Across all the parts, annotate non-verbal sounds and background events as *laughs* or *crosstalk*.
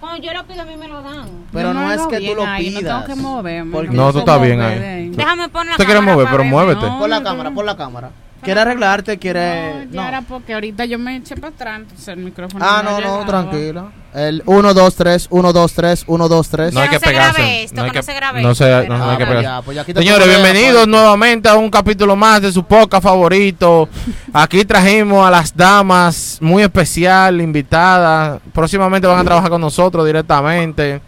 Cuando yo lo pido, a mí me lo dan. Pero Yo no, me es hago que tú bien lo ahí, pidas. No tengo que moverme. Porque- me No, tú puedo estás bien mover ahí. de Déjame poner la Te quieres cámara mover, para pero ver. muévete. No, Por la no, cámara, por la cámara. no. ¿Quieres arreglarte? ¿Quieres.? No, No. ya era porque ahorita yo me eché para atrás, entonces el micrófono. Ah, no, no, llegaba. tranquila. El 1, 2, 3, 1, 2, 3, 1, 2, 3. No, hay que no se pegarse, grabe esto, no hay que que- no se grabe no No, esto, se- pero- hay que Ah, pues pegarse. ya, pues ya quita Señores, tu idea, bienvenidos pues. nuevamente a un capítulo más de su poca favorito. Aquí trajimos a las damas muy especial, invitadas. Próximamente van a trabajar con nosotros directamente.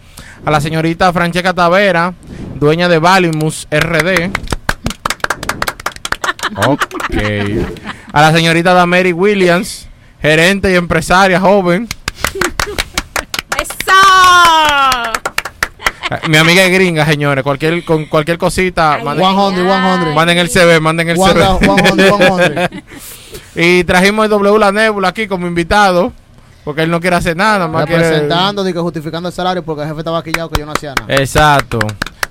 A la señorita Francesca Tavera, dueña de Valimus RD. Ok. A la señorita Dameri Williams, gerente y empresaria joven. Ah, ¡Eso! Mi amiga es gringa, señores. Cualquier, con cualquier cosita, Ay, manden, 100, 100. manden el CV, manden el One, CV. one hundred, one hundred. *laughs* Y trajimos el W La Nebula aquí como invitado, porque él no quiere hacer nada, nada *laughs* más quiere- Representando, digo, justificando el salario porque el jefe estaba quillado que yo no hacía nada. Exacto.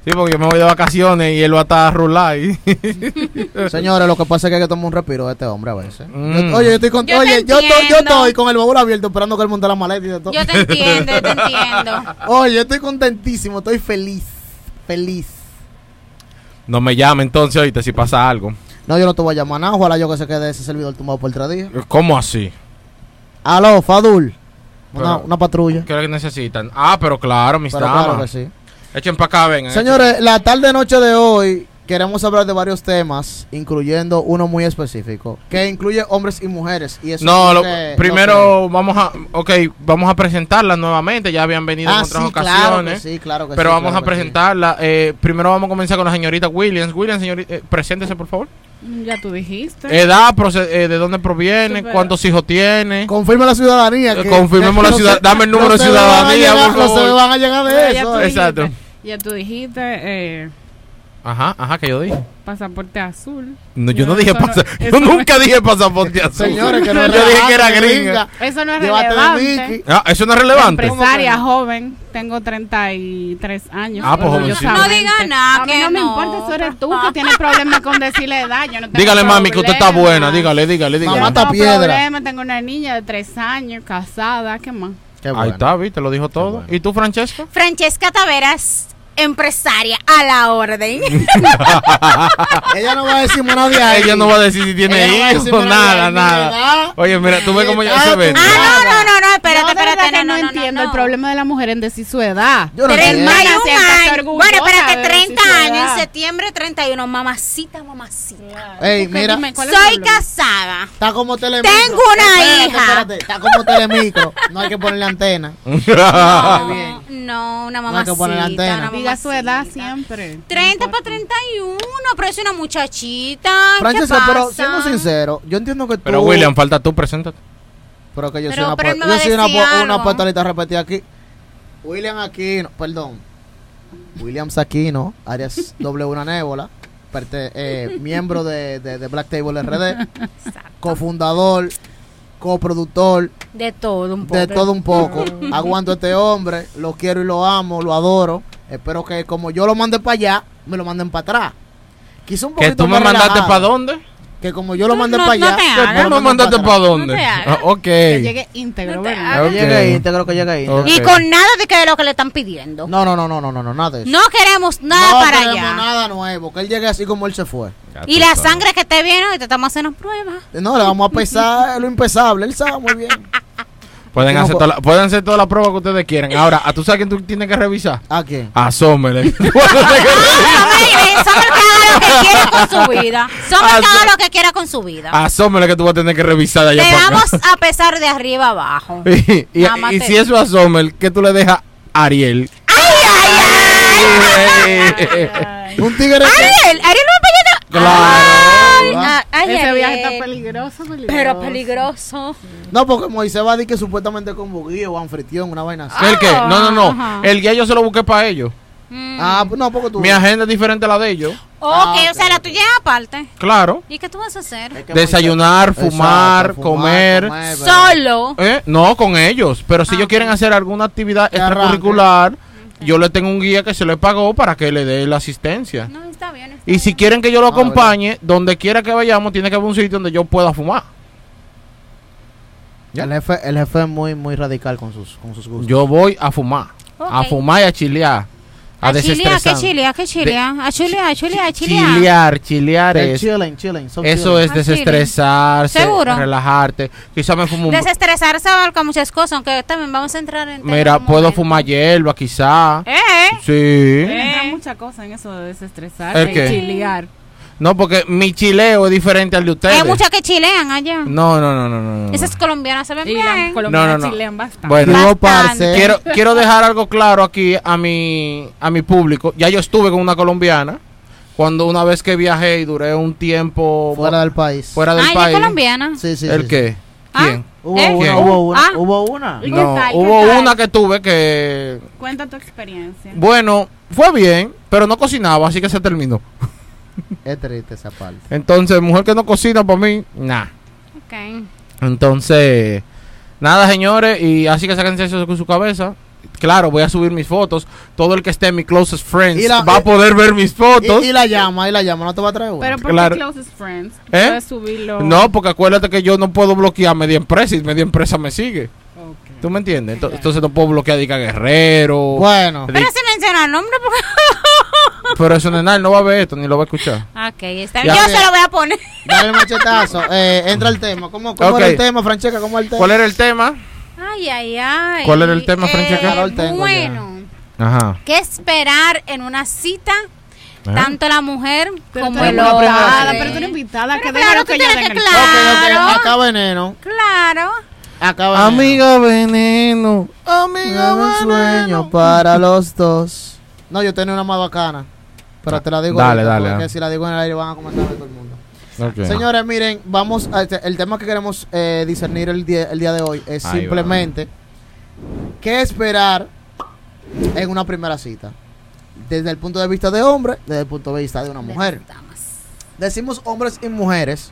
Sí, porque yo me voy de vacaciones y él va a estar rulado ahí. *laughs* Señores, lo que pasa es que hay que tomar un respiro de este hombre a veces. Eh. Mm. Yo- oye, yo estoy con, Yo te oye, yo, estoy- yo entiendo. estoy con el baúl abierto esperando que él monte la maleta y de todo. Yo te entiendo, *laughs* yo te entiendo. Oye, estoy contentísimo, estoy feliz. Feliz. No me llame entonces ahorita si pasa algo. No, yo no te voy a llamar nada. Ojalá yo que se quede ese servidor tumbado por tres días. ¿Cómo así? Aló, Fadul. Una, Pero- una patrulla. ¿Qué es lo que necesitan? Ah, pero claro, mis Pero claro que damas. sí. Echen para acá, eh. vengan. Señores, la tarde noche de hoy queremos hablar de varios temas, incluyendo uno muy específico, que incluye hombres y mujeres. Y eso No, es lo- que- primero vamos a, ok, vamos a presentarlas nuevamente. Ya habían que- venido Ah, en otras sí, claro que ocasiones. sí, claro que Pero sí, vamos claro a que sí. presentarla. Eh, primero vamos a comenzar con la señorita Williams. Williams, señorita, eh, preséntese por favor. Ya tú dijiste. Edad, proce- eh, de dónde proviene, Súper. cuántos hijos tiene. Confirme la ciudadanía. Eh, confirmemos la los ciudad- se- dame el los número de se me van a ciudadanía, llegar- por los se me favor. van a llegar Ya, de ya tú eso. eh. es- Exacto. dijiste, Ya tú dijiste eh, Ajá, ajá, que yo dije. pasaporte azul. No, yo Ya, no, dije eso no- pasaporte. eso Yo no- nunca dije pasaporte azul. Señores, que no yo dije que era relajen, gringa. Eso no es Llévate de relevante. Mickey. Ah, eso no es relevante. Empresaria joven, tengo 33 años. Ah, pues, orgullosamente. jovencita. No diga nada, A mí que no me no. importa, eso eres tú que tienes problemas con decirle edad. Yo no *laughs* tengo Dígale, mami, que usted está problema. buena. Dígale, dígale, Yo dígale. Mamá no está tengo piedra. problema, tengo una niña de 3 años, casada, ¿qué más? Qué Ahí bueno. está, viste, lo dijo todo. bueno. ¿Y tú, Francesca? Francesca Taveras, empresaria a la orden. Ella no va a decir nada de ahí. Ella no va a decir si tiene Ella no va a decir hijos, nada de nada, ahí, nada. ¿verdad? Oye, mira, tú ves cómo ya se Exacto. vende. ah, no, no, no, no, espérate, Yo de verdad espérate, que no, no, no, entiendo no. el problema de la mujer en decir su edad. Yo no ¿eh? Tres entiendo. hermanas 31 siempre está años. orgullosa Bueno, espérate, de decir 30 su años. En edad. septiembre 31. Mamacita, mamacita. Ey, Porque mira, dime, ¿cuál es el Soy problema? casada. está como telemicro. Tengo una Espérate, hija. espérate, Está como telemicro. No hay que *laughs* ponerle antena. Ah, No, no, una No hay que mamacita. poner la antena. una Diga su edad mamacita. siempre. 30 para 31, pero es una muchachita. Francesca, ¿qué pero pasa? siendo sincero, yo entiendo que tú. *laughs* Pero, William, falta tú, preséntate. Pero que yo Pero- soy una, pero él me po- va yo a soy una, decir po- algo. una patalita repetida aquí. William Aquino, perdón. William Saquino, Arias *laughs* W una nébola, parte- eh, miembro de, de- de Black *laughs* Table RD, cofundador, coproductor, De todo un poco. de todo un poco. *laughs* Aguanto a este hombre, lo quiero y lo amo, lo adoro. Espero que como yo lo mande para allá, me lo manden para atrás. Quizá un ¿Que poquito tú me más mandaste relajado, para dónde? Que como yo lo Tú mandé no- para no allá, te me hagas. lo ¿Tú me manden mandaste para atrás. para dónde? No te hagas. Ah, ok. Que llegue íntegro, No te ¿verdad? hagas. Que Ok. llegue ahí, te creo que llegue ahí. Ok. Y con nada de que de lo que le están pidiendo. No, no, no, no, no, no, no, nada de eso. No queremos nada No para queremos allá. nada nuevo, que él llegue así como él se fue. Y la sangre que te viene, hoy te estamos haciendo pruebas. No, le vamos a pesar lo impesable, él sabe muy bien. Pueden No, pues. hacer, po- toda la, pueden hacer toda la prueba que ustedes quieran. Ahora, ¿a tú sabes quién tú tienes que revisar? ¿A quién? Asómele. *laughs* Tú vas a tener que Ah, revisar. Son el eh, que haga lo que quiera con su vida. Son el que Ah, haga no. lo que quiera con su Ah, vida. Asómele que tú vas a tener que revisar de allá Te para acá. *laughs* vamos a pesar de arriba abajo. Y, y- Nada más y te- si eso es asómel, ¿qué tú le dejas a Ariel? Un tigre que... Ariel, Ariel no me Claro. Ese viaje está peligroso, peligroso. Pero peligroso. No, porque Moisés va a decir que supuestamente con buguío o anfitrión, una vaina así. ¿El qué? No, no, no. Ajá. El guía yo se lo busqué para ellos. Ah, pues no, porque tú... Mi agenda es diferente a la de ellos. Mm. Ok, ah, o sea, la tuya es aparte. Claro. ¿Y qué tú vas a hacer? Eh, Es que Desayunar, Moisés- fumar, Exacto, comer. pero- Solo. ¿Eh? No, con ellos. Pero Ah, si ellos quieren hacer alguna actividad Que arranque. extracurricular, yo le tengo un guía que se le pagó para que le dé la asistencia. No, está bien. está Y si bien. quieren que yo lo Ah, ¿verdad? acompañe, donde quiera que vayamos, tiene que haber un sitio donde yo pueda fumar. Ya. El jefe, el jefe es muy, muy radical con sus, con sus gustos. Yo voy a fumar. A Ok. fumar y a chilear. A, A chilear, que desestresar. chilear, que chilear. A chulear, a chulear, a chilear. Chilear, chilear El es- chilling, chilling, son Eso chilling. es Ah, desestresarse, chilling. ¿Seguro? relajarte. Quizá me fumo un... Desestresarse abarca muchas cosas, aunque también vamos a entrar en. tema Mira, en un puedo momento. fumar hierba, quizá. Eh, Sí. Entra Eh. mucha cosa en eso de ¿El desestresar, qué? de chilear. No, porque mi chileo es diferente al de ustedes. hay muchas que chilean allá. No, no, no, no, no. no. Esas colombianas se ven Y las bien. No, colombianas no, no. chilean bastante. Bueno, Yo, Bastante. parce, quiero, quiero dejar algo claro aquí a mi, a mi público. Ya yo estuve con una colombiana cuando una vez que viajé y duré un tiempo fuera del país. fuera del Ah, Ay, país. Ah, es colombiana. Sí, sí, ¿El sí. qué? Ah. ¿Quién? Hubo ¿Eh? una, ¿Quién? hubo una, Ah. hubo una. ¿Y qué No, tal, qué hubo tal? una que tuve que, Cuenta tu experiencia. bueno, fue bien, pero no cocinaba, así que se terminó. Es triste esa parte. Entonces, mujer que no cocina para mí, nah. Ok. Entonces, nada, señores, y así que sáquense eso con su cabeza. Claro, voy a subir mis fotos. Todo el que esté en mi closest friends Y la- va a y- poder ver mis fotos. Y, y la llama, y la llama, no te va a traer una. Pero por Claro. qué closest friends, ¿Eh? puedes subirlo. No, porque acuérdate que yo no puedo bloquear media empresa y media empresa me sigue. Ok. ¿Tú me entiendes? Ento- Entonces no puedo bloquear a Dica Guerrero. bueno, Di- Pero se menciona el nombre porque. *laughs* Pero eso nena, él no va a ver esto ni lo va a escuchar. Ok, está Ya. bien. Yo se lo voy a poner. dale el machetazo. Eh, entra el tema. ¿Cómo, cómo era Ok. el tema, Francesca? ¿Cómo era el tema? ¿Cuál era el tema? Ay, ay, ay. Eh, ¿Cuál era el tema, Francesca? Ya lo tengo bueno, Ajá. ¿qué esperar en una cita? Ajá. Tanto la mujer Pero tú como eres el una hombre. invitada, pero tú eres invitada, que Pero claro, déjalo que tú ella tienes den que el- claro. Ok, ok, acá veneno. Claro. Acá veneno. Amiga Veneno. Amiga Dame un sueño para los dos. No, yo tenía una más bacana. Pero te la digo Dale, ahorita, dale, porque ah. si la digo en el aire van a comenzar a ver todo el mundo. Ok. Señores, miren, vamos a este- el tema que queremos eh, discernir el día, el día de hoy es Ahí va. simplemente qué esperar en una primera cita. Desde el punto de vista de hombre, desde el punto de vista de una mujer. Decimos hombres y mujeres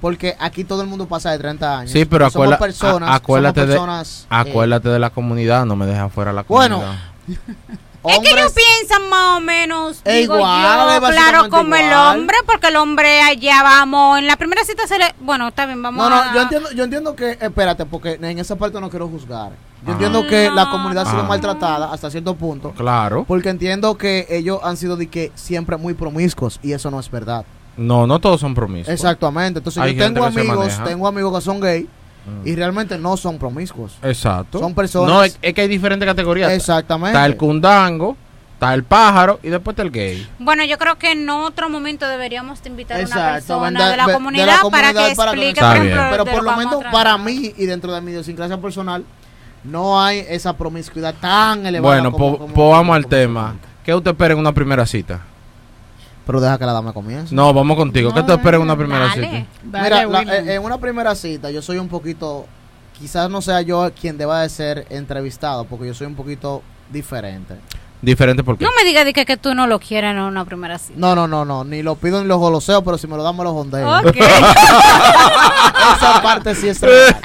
porque aquí todo el mundo pasa de 30 años. Sí, pero somos acuérdate- personas, a- acuérdate somos de- personas, eh, Acuérdate de la comunidad, no me dejan fuera la Bueno, comunidad. Es que eh, hombres- ellos piensan más o menos. Es digo igual, es yo, básicamente claro, como el igual. hombre, porque el hombre allá vamos. En la primera cita se le. Bueno, está bien, vamos No, a. no, yo entiendo, yo entiendo que, espérate, porque en esa parte no quiero juzgar. Yo Ah. entiendo que la comunidad ha sido Ah. maltratada hasta cierto punto, Claro. porque entiendo que ellos han sido de que siempre muy promiscuos y eso no es verdad. No, no todos son promiscuos. Exactamente. Entonces Hay yo tengo gente que se amigos, maneja. tengo amigos que son gay Mm. y realmente no son promiscuos. Exacto. Son personas. No, es, es que hay diferentes categorías. Exactamente. Está el cundango, está el pájaro y después está el gay. Bueno, yo creo que en otro momento deberíamos de invitar a una Exacto, persona venda- de, la ve- de la comunidad para comunidad que para que- explique, Está por bien. ejemplo, Pero de por lo vamos a menos tratar. para mí y dentro de mi idiosincrasia personal no hay esa promiscuidad tan elevada. bueno, como- po- como- po- vamos al como- tema. ¿Qué usted espera en una primera cita? Pero deja que la dama comience. No, vamos contigo. ¿Qué No, te espera en una dale. primera Dale. cita? Dale, Mira, la- William. eh, en una primera cita yo soy un poquito, quizás no sea yo quien deba de ser entrevistado, porque yo soy un poquito diferente. Diferente porque. No me digas de que, que tú no lo quieras en una primera cita. No, no, no, no, ni lo pido ni lo goloseo, pero si me lo damos los ondeo. Ok. *laughs* Esa parte sí es *laughs* real.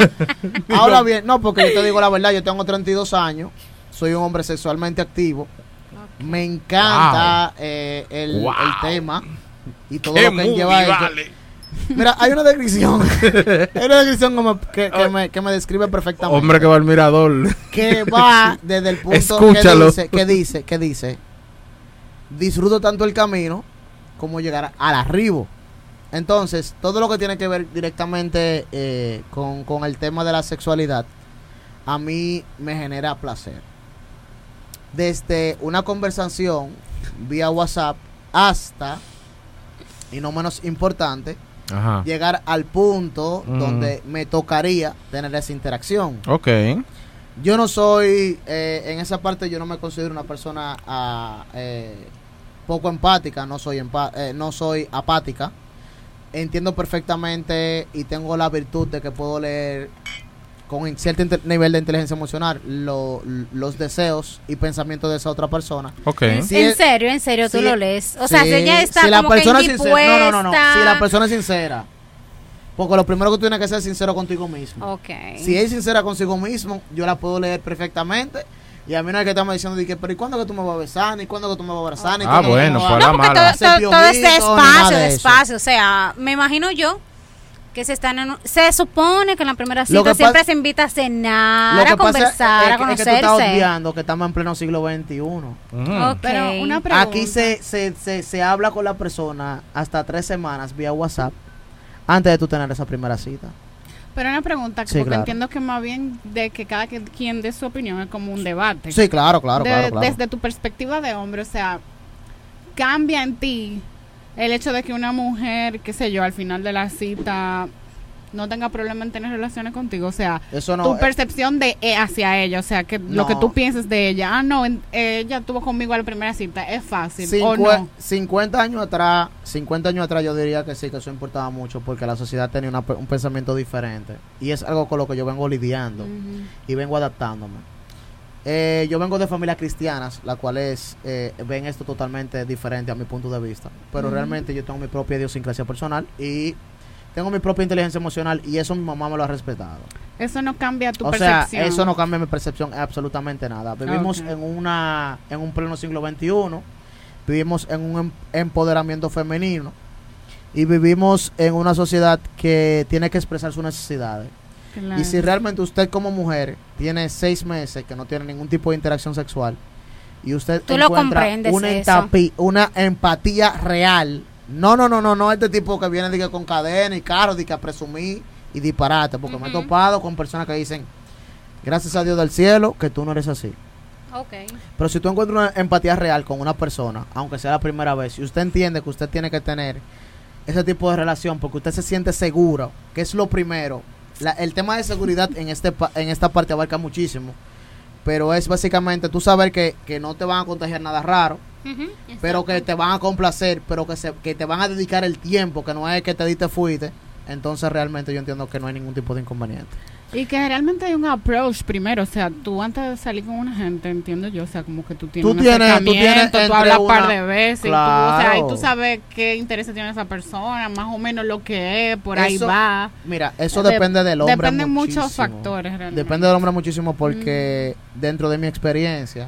Ahora bien, no, porque yo te digo la verdad, yo tengo 32 años, soy un hombre sexualmente activo, me encanta eh, el, Wow. el tema y todo lo que lleva ello. Mira, hay una *laughs* descripción, hay una descripción que me, que- que me- que me describe perfectamente. Hombre que va al mirador. *laughs* que va desde el punto Escúchalo. que dice, que dice, que dice, disfruto tanto el camino como llegar al arribo. Entonces, todo lo que tiene que ver directamente eh, con, con el tema de la sexualidad, a mí me genera placer. Desde una conversación vía WhatsApp hasta, y no menos importante, Ajá. llegar al punto Ah. Mm. donde me tocaría tener esa interacción. Ok. Yo no soy, eh, en esa parte yo no me considero una persona ah, eh, poco empática, no soy, empa- eh, no soy apática. Entiendo perfectamente y tengo la virtud de que puedo leer con in- cierto inte- nivel de inteligencia emocional lo- los deseos y pensamientos de esa otra persona. Ok. Sí. en es- serio, en serio, tú Sí, lo lees. O sea, Sí, si ella está si la como que persona es sincera, no, no, no, no, si la indispuesta. persona es sincera, porque lo primero que tú tienes que ser es sincero contigo mismo. Ok. Si es sincera consigo mismo, yo la puedo leer perfectamente. Y a mí no hay que estarme diciendo, de que, pero ¿y cuándo que tú me vas a besar? ¿Ni cuándo que tú me vas a abrazar? ¿Ni Ah, cuándo que tú me bueno, vas a para No, la porque mala. todo, todo- todo este Ese piojito, ni nada espacio, de de eso. espacio, o sea, me imagino yo que se están en un- se supone que en la primera Lo que cita siempre pasa- se invita a cenar, Lo a que pasa es- Ah, conversar, a es, que- es que tú estás conocerse. obviando que estamos en pleno siglo XXI. Mm. Ok. Pero una pregunta. Aquí se, se, se, se habla con la persona hasta tres semanas vía WhatsApp antes de tú tener esa primera cita. Pero una pregunta, Sí, porque claro. entiendo que más bien de que cada que- quien dé su opinión es como un debate. Sí, claro, claro, De- claro. claro. Desde tu perspectiva de hombre, o sea, cambia en ti el hecho de que una mujer, qué sé yo, al final de la cita no tenga problema en tener relaciones contigo, o sea, Eso tu no. eh, percepción de eh, hacia ella, o sea, que No. lo que tú piensas de ella, ah, no, en- ella tuvo conmigo a la primera cita, es fácil, cincu- o no. 50 años atrás, 50 años atrás yo diría que sí, que eso importaba mucho porque la sociedad tenía una pe- un pensamiento diferente y es algo con lo que yo vengo lidiando Ujú. y vengo adaptándome. Eh, yo vengo de familias cristianas, las cuales eh, ven esto totalmente diferente a mi punto de vista, pero Ujú. realmente yo tengo mi propia idiosincrasia personal y tengo mi propia inteligencia emocional y eso mi mamá me lo ha respetado. Eso no cambia tu o percepción. sea, eso no cambia mi percepción absolutamente nada. Vivimos ok. en una en un pleno siglo XXI, vivimos en un em- empoderamiento femenino y vivimos en una sociedad que tiene que expresar sus necesidades. Claro. Y si realmente usted como mujer tiene seis meses que no tiene ningún tipo de interacción sexual y usted Tú lo encuentra comprendes una, eso. entapi- una empatía real, no, no, no, no, no este tipo que viene dije, con cadena y carro, de que a presumir y disparate, porque me he Ujú. topado con personas que dicen, gracias a Dios del cielo, que tú no eres así. Ok. Pero si tú encuentras una empatía real con una persona, aunque sea la primera vez, y usted entiende que usted tiene que tener ese tipo de relación porque usted se siente seguro, que es lo primero. La- el tema de seguridad en, este, pa- en esta parte abarca muchísimo, pero es básicamente tú saber que, que no te van a contagiar nada raro, pero que te van a complacer, pero que, se, que te van a dedicar el tiempo, que no es que te diste fuiste. Entonces realmente yo entiendo que no hay ningún tipo de inconveniente. Y que realmente hay un approach primero, o sea, tú antes de salir con una gente, entiendo yo, o sea, como que tú tienes Tú un tienes- tú acercamiento, tienes tú entre hablas un par una- de veces, y tú, o sea, y Claro. tú sabes qué interés tiene esa persona, más o menos lo que es, por ahí Eso- va. Mira, eso De- depende del hombre. Dependen muchos muchísimo. factores realmente. Depende del hombre muchísimo porque dentro de mi experiencia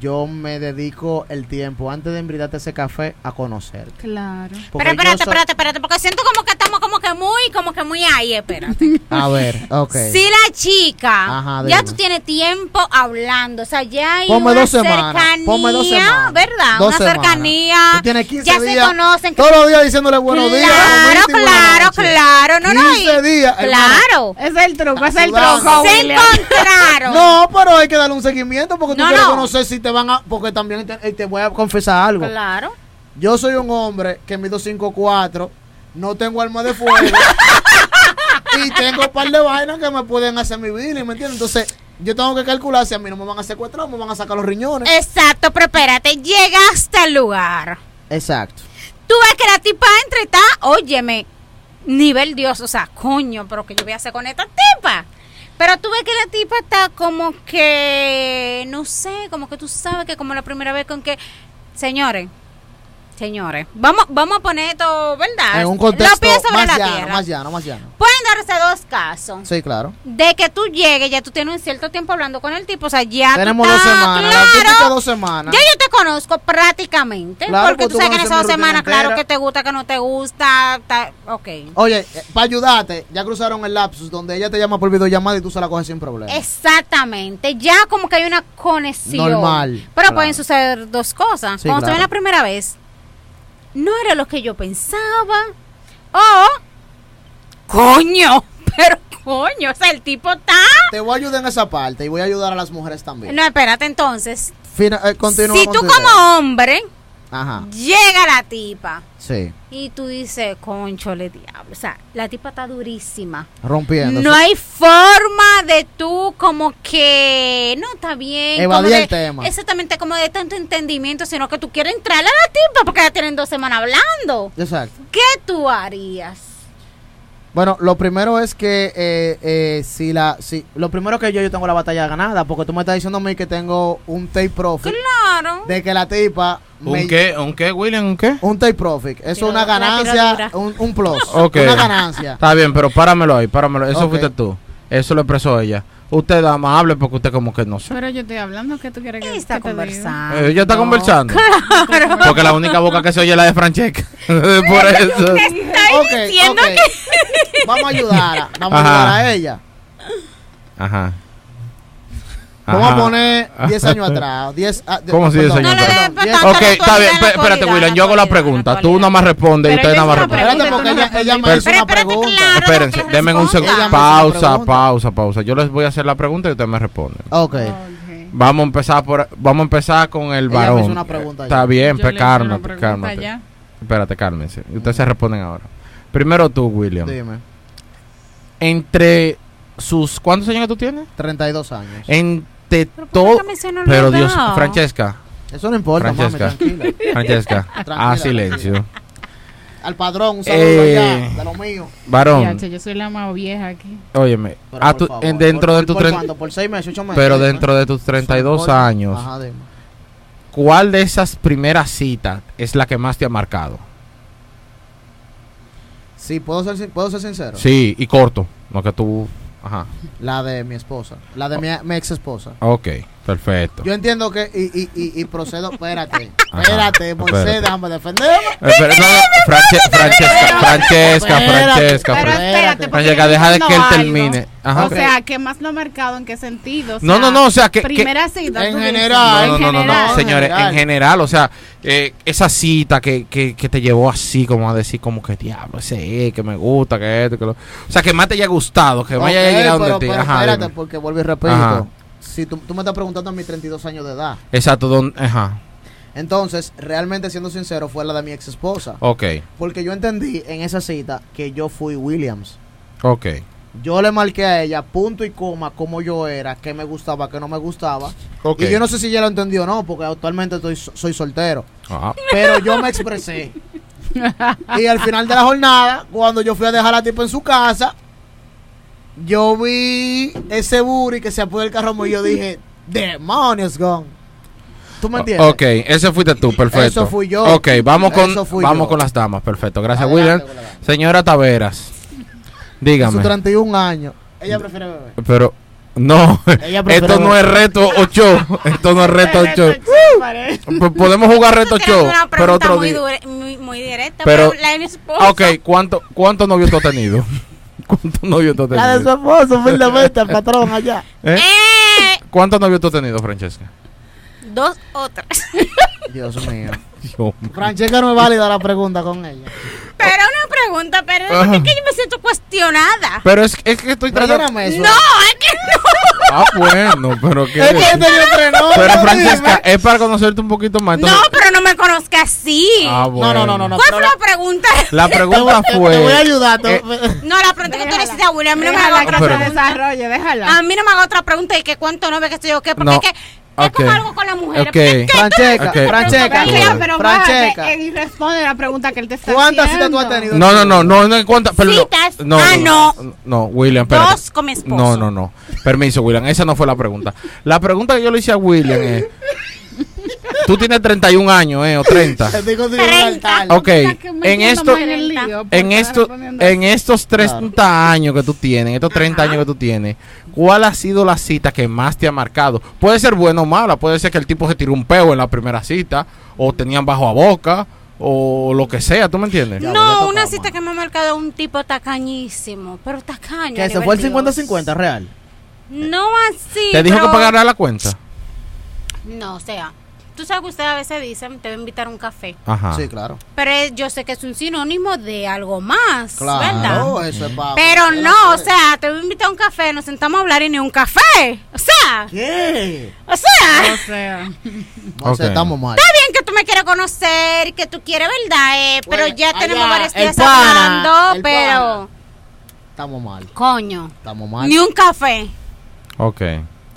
yo me dedico el tiempo antes de embriagarte ese café a conocer. Claro. Pero espérate, espérate, espérate, porque siento como que estamos como que muy, como que muy ahí, espérate. A ver, *laughs* ok. Si la chica Ajá, ya dime. tú tienes tiempo hablando, o sea, ya hay Ponme una dos semanas, cercanía, ponme dos semanas, ¿verdad? dos una semanas. cercanía, Tú tienes 15 ya se días, conocen. Todos los días diciéndole buenos días. claro, bonito y buenas claro, noches. claro, no, no, y- 15 días. hermano. claro. Es el truco, es el sudando. truco, Se William. encontraron. *laughs* No, pero hay que darle un seguimiento porque tú No, quieres no. conocer si te van a. Porque también te, te voy a confesar algo. Claro. Yo soy un hombre que mido 5'4, no tengo alma de fuego *laughs* y tengo un par de vainas que me pueden hacer mi vida, ¿me entiendes? Entonces, yo tengo que calcular si a mí no me van a secuestrar, me van a sacar los Eh, riñones. Exacto, pero espérate, llegaste al lugar. Exacto. Tú ves que la tipa entra y está, óyeme, nivel Dios, o sea, coño, pero que yo voy a hacer con esta tipa. Pero tú ves que la tipa está como que, no sé, como que tú sabes que como la primera vez con que, señores, señores, vamos, vamos a poner esto, ¿verdad? En un contexto ah, Los pies sobre la más llano, tierra. más llano, más llano. Pueden darse dos casos. Sí, claro. De que tú llegues, ya tú tienes un cierto tiempo hablando con el tipo, o sea, ya tú Tenemos dos estás, semanas, Ah, claro, la típica dos semanas. ya yo te conozco prácticamente, Claro, porque porque tú tú sabes que en esas conoces mi dos semanas, rutina claro, entera. que te gusta, que no te gusta, ta- ok. Oye, para ayudarte, ya cruzaron el lapsus donde ella te llama por videollamada y tú se la coges sin problema. Exactamente, ya como que hay una conexión. Normal, Pero claro. pueden suceder dos cosas. Sí, Cuando se ven claro. la primera vez, no era lo que yo pensaba. O, coño, *laughs* pero coño, o sea, el tipo está... Te voy a ayudar en esa parte y voy a ayudar a las mujeres también. No, espérate entonces. Fina- eh, continúa Ah. si con tú tu idea. como hombre, Ajá, llega la tipa. sí, Y tú dices, conchole diablo. O sea, la tipa está durísima. rompiendo. No hay forma de tú como que no está bien. como Evadir de- el tema. Exactamente, como de tanto entendimiento, sino que tú quieres entrar a la tipa porque ya tienen dos semanas hablando. Exacto. ¿Qué tú harías? Bueno, lo primero es que eh, eh, si la, si, lo primero que yo, yo tengo la batalla ganada, porque tú me estás diciendo a mí que tengo un take profit Claro. de que la tipa me- ¿Un qué? ¿Un qué, William? ¿Un qué? un take profit, eso es Tiro- una la ganancia, tiradura. un, un plus, *laughs* Ok. una ganancia. Está bien, pero páramelo ahí, páramelo. Eso Ok. fuiste tú. Eso lo expresó ella. Usted, dama, hable porque usted como que no sé. Pero yo estoy hablando, ¿qué tú quieres que, está que te diga? conversando. Eh, Ella está conversando. Porque la única boca que se oye es la de Francesca. *laughs* Por eso. Está Ok, diciendo ok. *laughs* Vamos a ayudarla. Vamos Ajá. a ayudar a ella. Ajá. Vamos a Ajá. poner 10 años atrás. 10, ah, de- ¿Cómo así 10 perdón, años No le atrás? des perdón, 10 tanta Ok, está bien. actualidad, pe- Espérate, actualidad, William, yo hago la actualidad, pregunta. Tú actualidad. nada más respondes y Pero ustedes yo nada más hice una responden. Espérate, porque ella, ella me Pero- hizo una Pero espérate, pregunta. claro. Ahora Espérense, que denme un responda. segundo. Ella me hizo una Pausa, pregunta. pausa, pausa. Yo les voy a hacer la pregunta y ustedes me responden. Ok. Ok. Vamos a empezar por vamos a empezar con el Ella me hizo varón. una pregunta Está ya. Yo bien, le hice pe, una cálmate, pregunta cálmate. ya. Espérate, cálmense. Ustedes se responden ahora. Primero tú, William. Dime, Entre sus ¿Cuántos años que tú tienes? 32 años. Entre ¿por todo qué me suena el Pero Dios, reloj? Francesca, Eso no importa, Francesca. mami, *laughs* tranquila. Francesca, Tranquila, a silencio. Al padrón, un saludo Eh. allá, de lo mío. Ya, Varón, che, yo soy la más vieja aquí. óyeme, Pero a por tu- favor, en- dentro por- de tu ¿Por tren- cuándo? ¿Por 6 meses, 8 meses? pero ¿eh? dentro de tus 32 Por- años, Ajá, dime. ¿cuál de esas primeras citas es la que más te ha marcado? Sí, ¿puedo ser, sin- ¿puedo ser sincero? Sí, y corto, lo que tú, ajá. La de mi esposa. La de mi, mi ex esposa. Ok, perfecto. Yo entiendo que. Y, y, y, y procedo. Espérate. *laughs* Ajá, Espérate, Moisés, espérate. déjame defenderme. Eh, pero- no, no, Franche- Francesca, Francesca, Espérate. Francesca, Pero Francesca. espérate, porque Francesca, deja de yo que él entiendo termine. algo. Ajá. O sea, ¿qué más lo ha marcado? ¿En qué sentido? O No, sea, no, no, o sea, que- que- Primera cita. En tú dices. general, no, en no, no, no, general. no, señores, En en general, o sea, eh, esa cita que, que, que te llevó así, como a decir, como que diablo, ese es, que me gusta, que esto, que lo. O sea, que más te haya gustado, que más haya Ok, llegado pero- donde ti. pero Ajá, espérate, dime. porque vuelvo y repito. Ajá. Si tú, tú me estás preguntando a mis 32 años de edad. Exacto, don, ajá, Entonces, realmente, siendo sincero, fue la de mi ex esposa. ok, Porque yo entendí en esa cita que yo fui Williams. ok. Yo le marqué a ella punto y coma como yo era, qué me gustaba, qué no me gustaba. ok. Y yo no sé si ella lo entendió o no, porque actualmente estoy, soy soltero. Ah, Pero yo me expresé. Y al final de la jornada, cuando yo fui a dejar a la tipa en su casa, yo vi ese buri que se apodó el carro y yo dije, demonios gone. ¿Tú me entiendes? ok, ese fuiste tú, perfecto. Eso fui yo. Ok, vamos con, Eso fui vamos yo. con las damas, perfecto. Gracias, Adelante, William. con la dama. Señora Taveras, A sus dígame. 31 años. Ella prefiere beber. Pero, no, Ella prefiere *laughs* esto no es beber. reto *laughs* 8. Esto no es reto 8. P- Podemos jugar Tú reto estás tirando show, una pero pregunta otro muy, día. dure- muy, muy directa, Pero- pero, la de mi Ah, esposa. ok, ¿cuánto, cuánto novio tú has tenido? *laughs* ¿Cuánto novio tú has La de su tenido? esposo, humildemente, el patrón allá. ¿Eh? Eh, ¿Cuánto novio tú has tenido, Francesca? dos o tres. Dios mío. Yo- Francesca no es válida la pregunta con *laughs* ella. Pero una pregunta, pero ¿por qué que yo me siento cuestionada? Pero es, es que estoy tratando. Perdóname eso. No, es que no. Ah, bueno, pero que. Es que te dio frenón, Pero no, Francesca, dime. es para conocerte un poquito más. No, entonces- pero no me conozca así. Ah, No, no, no, no, bueno. no. ¿Cuál fue la pregunta? La pregunta Te- fue. Te voy a ayudar. te- eh, No, la pregunta que tú le hiciste a William, a mí no me haga Déjala que otra Pero- se pregunta. desarrolle, déjala. A mí no me haga otra pregunta y que cuánto no ve que estoy yo qué, porque No. es que es Ok. como algo con las mujeres. Ok. porque es que- *laughs* Francesca, Ok. Francesca, Tú Tranquila, pero Francesca. eh, bájate y responde la pregunta que él te está haciendo. ¿Cuántas citas tú has tenido? No, no, no, no, no, ¿cuánta? Pero no, Citas. no, Ah, no, no, William, espérate. Dos con mi esposo. No, no, no. Permiso, William, esa no fue la pregunta. La pregunta que yo le hice a William es: Tú tienes 31 años, ¿eh? O 30. Estoy contigo en el altar. Ok, Está en metiendo esto. más en el lío por En, estar esto, respondiendo en estos 30 Claro. años que tú tienes, en estos 30 años que tú tienes, ¿cuál ha sido la cita que más te ha marcado? Puede ser buena o mala, puede ser que el tipo se tiró un peo en la primera cita, o tenían bajo a boca, o lo que sea, ¿tú me entiendes? Ya, No, boleto una para cita mamá. que me ha marcado un tipo tacañísimo, pero tacaño. a Que se nivel fue el Dios. 50-50 real. No así. ¿Te dijo pero- que pagara la cuenta? No, o sea, tú sabes que ustedes a veces dicen, te voy a invitar a un café, Ajá. Sí, claro. pero es- yo sé que es un sinónimo de algo más, ¿verdad? Claro, Ah, eso es para. Pero no, o sea, te voy a invitar a un café, nos sentamos a hablar y ni un café. O sea, ¿Qué? o Ah. sea, O sea, No sé, Ok. estamos mal. está bien que tú me quieres conocer, que tú quieres, ¿verdad? Eh, pero Bueno, ya tenemos allá, varios el días pana, hablando, el pero... Estamos mal. Coño, Estamos mal. ni un café. Ok.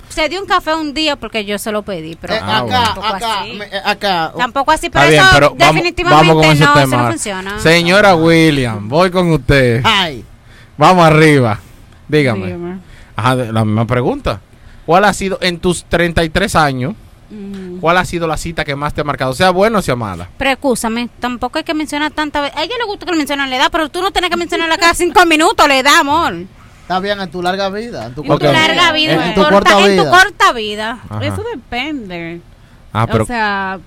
Se dio un café un día porque yo se lo pedí, pero Eh, Ah, acá, tampoco acá, así. me- eh, acá. Tampoco así, pero Está bien, eso pero vamos, definitivamente vamos con ese no, tema. eso no ahora. funciona. Señora William, voy con usted. Ay, Vamos arriba. Dígame. Ah. dígame. Ajá, de- la misma pregunta. ¿Cuál ha sido, en tus 33 años, Mm. cuál ha sido la cita que más te ha marcado? Sea buena o sea mala. Pero escúchame, tampoco hay que mencionar tanta vez. A ella le gusta que le mencionen la edad, pero tú no tienes que mencionarla cada cinco minutos, la edad, amor. está Está bien en tu larga vida. En tu En corta tu Ok. larga vida, En en, tu corta, corta en tu vida. corta vida. Ajá. Eso depende. Ah, pero, o sea,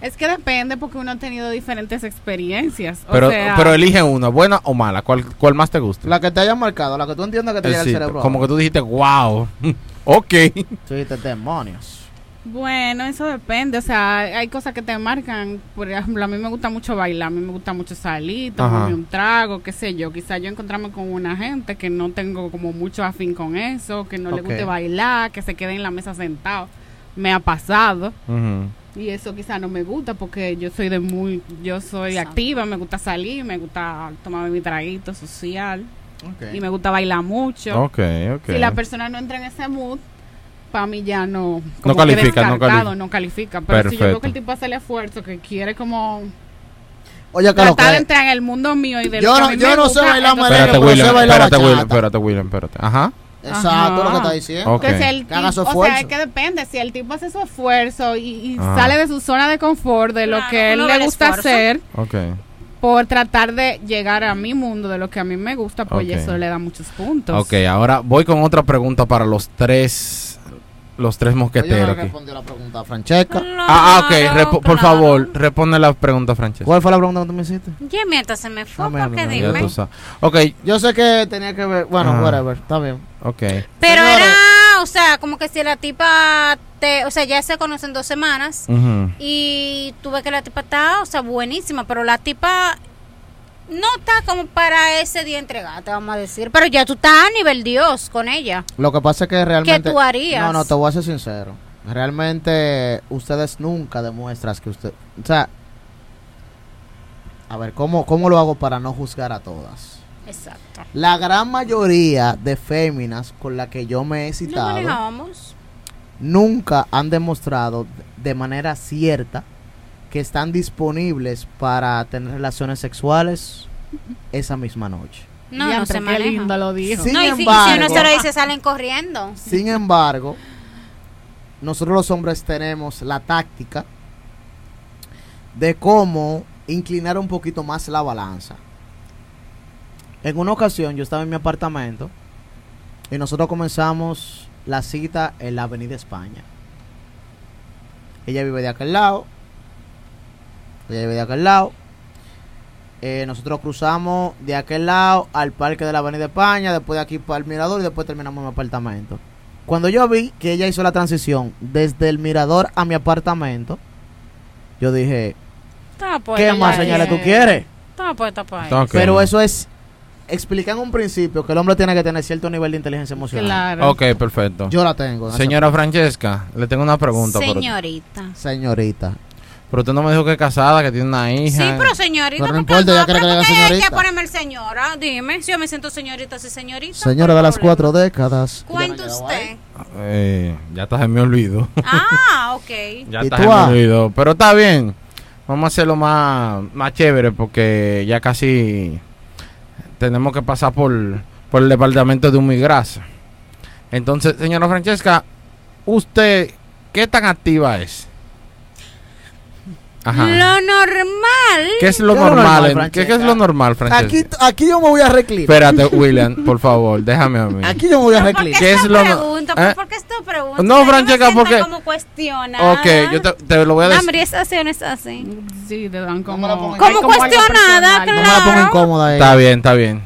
es que depende porque uno ha tenido diferentes experiencias. O pero, sea, pero elige una, buena o mala, ¿cuál, cuál más te gusta? La que te haya marcado, la que tú entiendas que te llega al Eh, Sí, cerebro. como que tú dijiste, wow, *laughs* ok. Sí, te demonios. Bueno, eso depende. O sea, hay cosas que te marcan. Por ejemplo, a mí me gusta mucho bailar, a mí me gusta mucho salir, tomarme Ajá. un trago, qué sé yo. Quizás yo encontrarme con una gente que no tengo como mucho afín con eso, que no le Ok. guste bailar, que se quede en la mesa sentado. Me ha pasado. Ujú. Y eso quizá no me gusta porque yo soy de muy, yo soy Exacto. activa, me gusta salir, me gusta tomarme mi traguito social y Ok. me gusta bailar mucho. Ok, ok. Si la persona no entra en ese mood, para mí ya no, No que califica, no descartado, cali- no califica. Pero si yo veo Perfecto. que el tipo hace el esfuerzo, que quiere como Oye, que lo tratar de que. entrar en el mundo mío y de Yo lo que a no- mí yo me no sé gusta, bailar entonces- manera, Espérate, pero William, sé bailar espérate, bachata. William, espérate, William, espérate. Ajá. Exacto, Ajá. lo que está diciendo. Ok. Entonces el Que haga su tipo- o sea, esfuerzo. es que depende, si el tipo hace su esfuerzo y, y Ah. sale de su zona de confort, de lo Claro, que uno él ve le el gusta esfuerzo. hacer, Ok. por tratar de llegar a mi mundo, de lo que a mí me gusta, pues Ok. eso le da muchos puntos. ok, ahora voy con otra pregunta para los tres, los tres Oye, pues. no mosqueteros le aquí. respondió la pregunta a Francesca. Ah, ah, ok, Claro, repo- por claro. favor, responde la pregunta, Francesca. ¿Cuál fue la pregunta que tú me hiciste? Ya mientras se me fue, No me porque hablen, Ya dime. tú sabes. Ok, Yo sé que tenía que ver. Bueno, Ajá. whatever, está bien. ok. Pero Señores. era, o sea, como que si la tipa te, o sea, ya se conocen dos semanas Ujú. y tú ves que la tipa está, o sea, buenísima, pero la tipa no está como para ese día entregada, te vamos a decir. Pero ya tú estás a nivel Dios con ella. Lo que pasa es que realmente. tú harías? No, no, te voy a ser sincero. Realmente, ustedes nunca demuestran que usted. O sea. A ver, ¿cómo, ¿cómo lo hago para no juzgar a todas? Exacto. La gran mayoría de féminas con las que yo me he No citado manejábamos. nunca han demostrado de manera cierta que están disponibles para tener relaciones sexuales esa misma noche. No, no Diantre, se qué lindo maneja. lo dijo. Sí. No, y Sin si, y si uno embargo- se lo dice, salen corriendo. Sin embargo, nosotros los hombres tenemos la táctica de cómo inclinar un poquito más la balanza. En una ocasión yo estaba en mi apartamento y nosotros comenzamos la cita en la Avenida España. Ella vive de aquel lado. Ella vive de aquel lado. Eh, nosotros cruzamos de aquel lado al parque de la Avenida España, después de aquí para el mirador y después terminamos en mi apartamento. Cuando yo vi que ella hizo la transición desde el mirador a mi apartamento, yo dije, Estaba puesta ¿qué más para señales eso. tú quieres? Estaba puesta para eso. Está ok. Pero eso es, explicar en un principio que el hombre tiene que tener cierto nivel de inteligencia emocional. Claro. Ok, perfecto. Yo la tengo. Señora Francesca, le tengo una pregunta. Pero, Señorita. Señorita. pero usted no me dijo que es casada, que tiene una hija. Sí, pero señorita, Pero no ¿por qué importa, ella pero quiere que le diga ¿por qué hay señorita. que ponerme el señora? Dime, si yo me siento señorita, si señorita. Señora ¿cuál de es las el problema? cuatro décadas. Cuente usted. Eh, ya está, se me olvidó. Ah, ok. Ya ¿Y está, tú, se me ah? olvidó. Pero está bien. Vamos a hacerlo más, más chévere porque ya casi tenemos que pasar por, por el departamento de un migrasa. Entonces, señora Francesca, ¿usted qué tan activa es? Ajá. Lo normal. ¿Qué es lo ¿Qué es lo normal? normal, en- ¿Qué, qué es Francesca? lo normal, Francesca? Aquí, aquí yo me voy a reclinar. Espérate, William, por favor, déjame a mí. Aquí yo me voy a Pero ¿Por qué reclinar. ¿Qué es esto lo no- pregunta? ¿Eh? ¿Por qué esto pregunta? No, Yo me Francesca, siento porque- como cuestionada. Ok, yo te, te lo voy a No, decir. hombre, es así o no es así. Sí, te dan como... me la pongas. Como algo cuestionada, No personal. me la pongo Claro. incómoda. eh. Está bien, está bien.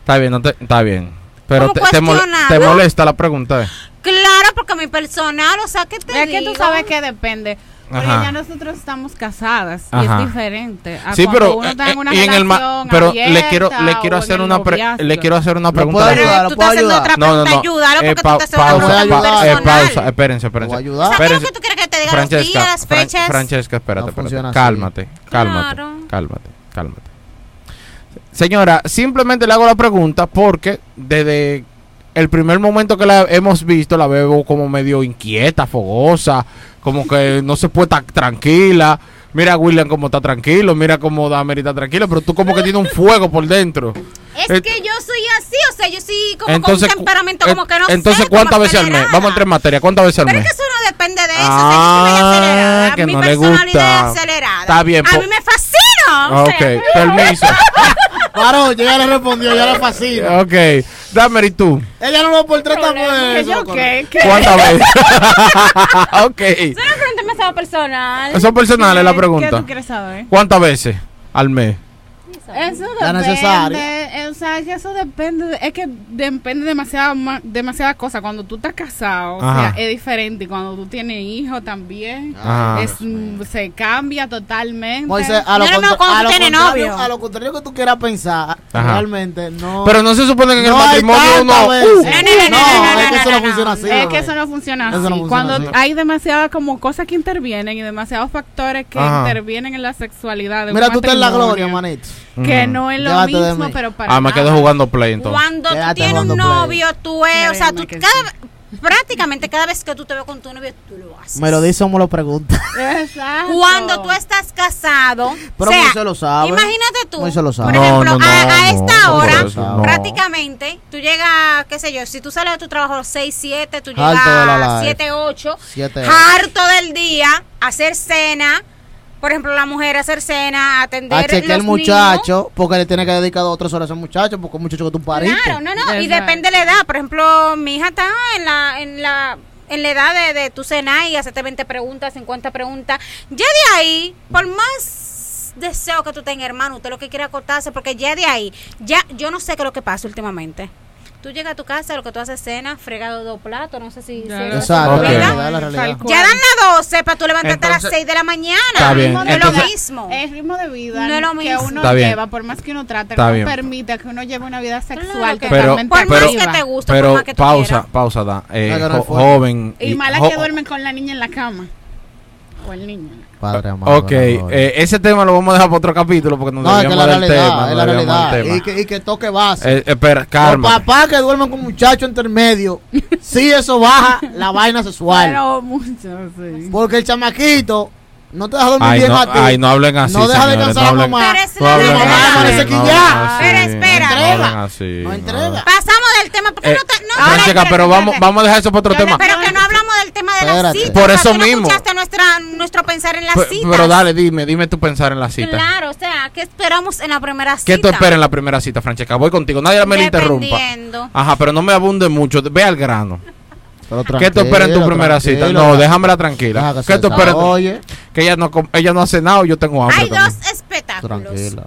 Está bien, no te- está bien. Pero ¿Cómo te, te mol- cuestionada? te molesta la pregunta. eh. Claro, porque mi personal, o sea, ¿qué te Es que digo? tú sabes que depende. Porque Ajá. ya nosotros estamos casadas y Ajá. es diferente. a Sí, Ah, cuando pero uno está en una eh, y en el ma- relación pero le quiero le abierta quiero o hacer en el una pre- noviazgo. le quiero hacer una ¿Lo puedo pregunta. ayudar? Pero tú ¿Lo estás puedo haciendo ayudar? otra No, no, pregunta, no. ayúdalo Eh, porque pa- tú estás haciendo pausa, una pregunta pausa, eh, personal. pausa, espérense, espérense. Voy a ayudar. O sea, ¿qué es lo que Espérense. tú quieres que te diga los días, Francesca, las Fran- fechas? Francesca, espérate, No espérate. funciona así. Cálmate, cálmate, Claro. cálmate, cálmate. Señora, simplemente le hago la pregunta porque desde el primer momento que la hemos visto la veo como medio inquieta, fogosa, como que no se puede estar tranquila. Mira a William como está tranquilo, mira cómo Dameri está tranquilo, pero tú como que tienes un fuego *laughs* por dentro. Es Eh, que yo soy así, o sea, yo sí como con un cu- temperamento en- como que no sé, Entonces, como ¿cuántas veces al mes? acelerada. Vamos a entrar en materia. ¿Cuántas veces al Pero mes? es que eso no depende de eso, o sea, yo soy Ah, acelerada, que mi no le personalidad gusta. es acelerada. Está bien, A po- mí me fascina. o Ah, sea, *laughs* ok, permiso. Paró, yo ya le respondió, ya le fascina. ok, Dame y tú. Ella no lo por trata Problema, pues. ¿Que yo qué? ¿Qué? *laughs* ¿Cuántas veces? *laughs* ok. Eso no es pregunta demasiado personal. Son personales la ¿Qué pregunta. tú quieres saber? ¿Cuántas veces al mes? Eso La depende, necesaria. eh, o sea, que eso depende, de- es que depende demasiada ma- demasiadas cosas. Cuando tú estás casado, o sea, Ajá. es diferente. Y Cuando tú tienes hijos también, Ah. es, mm, se cambia totalmente. Moisés, a lo, No, no, no, contra- cuando a, tú lo tienes contrario, novio. a lo contrario que tú quieras pensar, Ajá. realmente no. Pero no se supone que en no el hay matrimonio tantas uno. veces. Uh, No, no, no, no, es no, que eso no, no no, funciona no. así. es bebé. que eso no funciona así. Eso no funciona Cuando así. hay demasiadas como cosas que intervienen y demasiados factores que Ajá. intervienen en la sexualidad. de un Mira, tú estás en la gloria, matrimonio, manito. Que Ujú. no es lo Llévate de mismo, mí. pero para Ah, me nada. quedo jugando play entonces. Cuando tú Quédate tienes jugando un play. novio, tú es, o sea, tú Créeme que cada, prácticamente cada vez que tú te ves con tu novio, tú lo haces. Me lo dice o me lo pregunta. *laughs* *laughs* Exacto. Cuando tú estás casado, Pero o sea, Moisés lo sabe. imagínate tú, Moisés lo sabe. por No, ejemplo, no, no, a, a no, esta no, hora, Moisés, no. prácticamente, tú llegas, qué sé yo, si tú sales de tu trabajo a las 6, 7, tú llegas Harto de la a life. 7, 8, Siete. harto del día, hacer cena, por ejemplo, la mujer hacer cena, atender A chequear el los muchacho, porque le tiene que dedicar dos o tres horas a ese muchacho, porque es un muchacho que tú pariste. Claro, no, no, y Exacto. depende de la edad. Por ejemplo, mi hija está en la, en la, en la edad de, de tu cenar y hacerte 20 preguntas, 50 preguntas. Ya de ahí, por más deseo que tú tengas, hermano, usted lo que quiere es acostarse, porque ya de ahí, ya yo no sé qué es lo que pasa últimamente. Tú llegas a tu casa, lo que tú haces es cena, fregado dos platos, no sé si... si- Exacto, Ok. la ¿verdad? realidad, la realidad. Tal cual. Ya dan las 12 para tú levantarte a las Entonces- 6 de la mañana. Está bien, No es lo entonces- mismo. El ritmo de vida No es lo que mismo. uno Está bien. lleva, por más que uno trate, Está no bien. permite que uno lleve una vida sexual Claro que- Pero- totalmente por más activa. que te guste, por Pero más que tú pausa, quieras. pausa, da. Eh, No, que no jo- hay forma. joven. Y mala jo- que duermen con la niña en la cama. O el niño. Padre amado. Ok, la gloria. eh, ese tema lo vamos a dejar para otro capítulo porque nos no, es que la debíamos del realidad, tema. es nos la debíamos del realidad. tema. Y que, y que toque base. Eh, espera, Los calma. papás que duermen con muchachos *laughs* intermedios, sí eso baja la vaina sexual. Pero mucho, sí. Porque el chamaquito no te deja dormir Ay, bien no, a ti. ay, no hablen así. No deja señores, descansar no a hablen- mamá. Pero es no la hablen Mamá, realidad. amanece así, no quillada. hablen así, Pero espera. Ah, no No hablen entrega. así, No no. entrega. Pasamos del tema, porque Eh, no te- no- Francesca, pero vamos, vamos a dejar eso para otro Yo le tema. Pero que no hablamos del tema de las Espérate. citas. Por o sea, eso tú no mismo. escuchaste nuestra, nuestro pensar en las Pe- citas. Pero dale, dime, dime tu pensar en la cita. Claro, o sea, ¿qué esperamos en la primera cita? ¿Qué tú esperas en la primera cita, Francesca? Voy contigo, nadie me lo interrumpa. Ah, Dependiendo. Ajá, pero no me abunde mucho, ve al grano. Pero ¿Qué tú tranquilo, esperas en tu primera tranquilo, cita? No, la- déjamela deja tranquila. que se ¿Qué tú esperas? desarrolle. Que ella no, com- ella no ha cenado, yo tengo hambre. Hay dos también. espectáculos. Tranquila.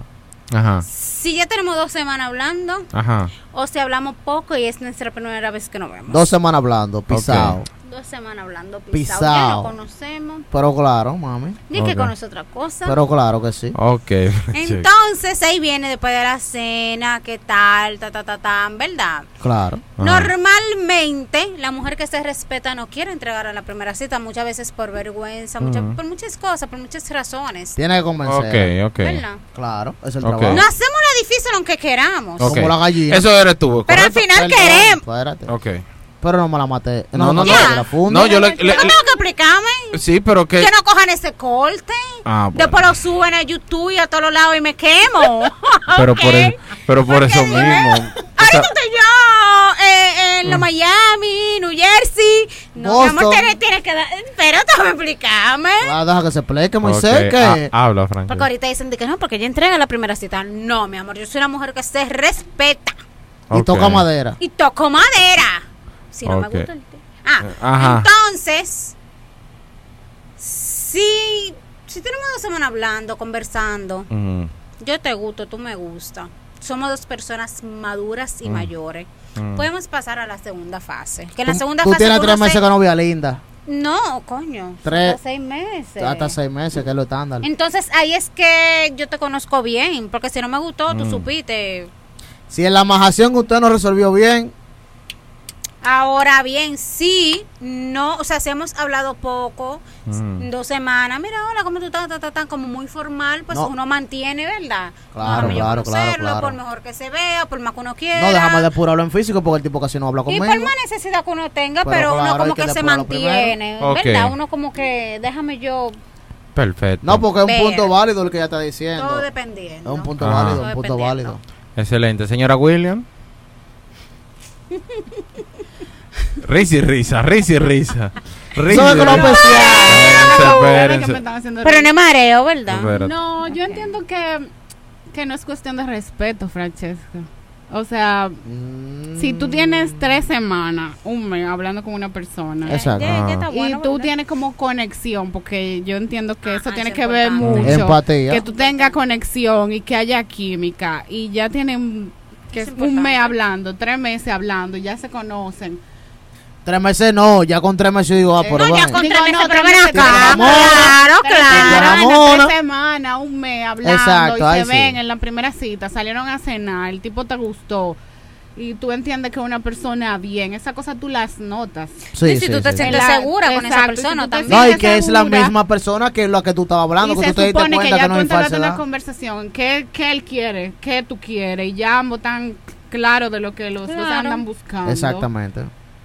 Ajá, Si ya tenemos dos semanas hablando, ajá. o si hablamos poco y es nuestra primera vez que nos vemos. Dos semanas hablando, pisado. Dos semanas hablando pisado. Ya Pisao. nos conocemos. Pero claro, mami. Ni Ok. que conoce otra cosa. Pero claro que sí. Ok. Entonces, ahí viene después de la cena, ¿qué tal? Ta, ta, ta, ta, ¿verdad? Claro. Ajá. Normalmente, la mujer que se respeta no quiere entregar a la primera cita, muchas veces por vergüenza, muchas- Ujú. por muchas cosas, por muchas razones. Tiene que convencer. Ok, ok. ¿Verdad? Claro, es el Ok. No trabajo. hacemos la difícil aunque queramos. Ok. Como la gallina. Eso eres tú. Pero al correcto? final Perdón, queremos. espérate. Ok. Pero no me la maté. No, no, me no. maté Ya. la funda. No, yo le, le- Yo tengo que explicarme. Sí, pero que. Que no cojan ese corte. Ah, bueno. Después lo suben a YouTube y a todos lados y me quemo. *laughs* Pero Ok. por, eso- pero por Porque eso dime, mismo. O *laughs* sea, Mm. Ahorita estoy yo eh, en los Miami, New Jersey. No, mi amor, Boston. tienes, tienes que dar. Pero déjame explicarme. Ah, deja que se pleque, Moisés. ok, eh. Ah, que- ha- habla, Frank. Porque ahorita dicen de que no, porque ella entrega la primera cita. No, mi amor, yo soy una mujer que se respeta ah, Y toca madera. y toco madera. Si no Ok. me gusta el té. Ah, Eh, ajá. entonces, si, si tenemos dos semanas hablando, conversando, Ujú, yo te gusto, tú me gusta. Somos dos personas maduras y Mm. mayores. ujú. Podemos pasar a la segunda fase. Que en Tú, la segunda tú fase. tienes tú tres no meses sé- con novia linda. No, coño. Tres- Hasta seis meses. Hasta seis meses, que es lo estándar. Entonces ahí es que yo te conozco bien, porque si no me gustó, tú Mm. supiste. Si en la majación que usted no resolvió bien, Ahora bien, sí, no, o sea, si hemos hablado poco, s- Mm. dos semanas, mira, hola, ¿cómo tú estás? Ta, ta, ta, como muy formal, pues No. uno mantiene, ¿verdad? Claro, Déjame yo claro, claro, conocerlo, claro. Por mejor que se vea, por más que uno quiera. no dejamos de apurarlo en físico porque el tipo casi no habla y conmigo. por más necesidad que uno tenga, Pero pero, claro, uno hay como que que se depurarlo primero. mantiene, Ok. ¿verdad? Uno como que, déjame yo, Perfecto. No, porque es un Ver. punto válido el que ella está diciendo. todo Es dependiendo. un punto Ajá. válido, Todo un punto dependiendo. válido. Excelente. *laughs* Señora William. risa y risa, risa y risa. Risa ¿Sabe y que lo risa. Espérate que Espérense, me espérense. están haciendo Pero no es mareo, ¿verdad? Espérate. No, yo entiendo que, que no es cuestión de respeto, Francesca. O sea, Mm. si tú tienes tres semanas, un mes hablando con una persona. Es- Exacto. Ya- ya está Ah. Y bueno, tú ¿verdad? tienes como conexión, porque yo entiendo que eso Ajá, tiene eso que es ver importante. mucho. Empatía. Que tú tengas conexión y que haya química. Y ya tienen que Es es un mes importante. hablando, tres meses hablando, ya se conocen. Tres meses no, ya con tres meses yo digo, ah, pero No, ya bueno. con Digo, tres meses, no, pero tres ven meses, acá. te enamora, Claro, Tres claro. semanas, Ramona. tres semanas, un mes hablando Exacto, y ahí se sí. ven en la primera cita, salieron a cenar, el tipo te gustó y tú entiendes que es una persona bien, esa cosa tú las notas. Sí, si tú te sientes La- segura con esa exacto, persona si tú te también. No, y sientes que es la segura. misma persona que la que tú estabas hablando, y que se tú te diste supone cuenta que que, ya no tú es entablaste una falsedad. conversación, ¿qué, qué él quiere, qué tú quieres y ya ambos tan claro de lo que los dos Claro. andan buscando. Exactamente.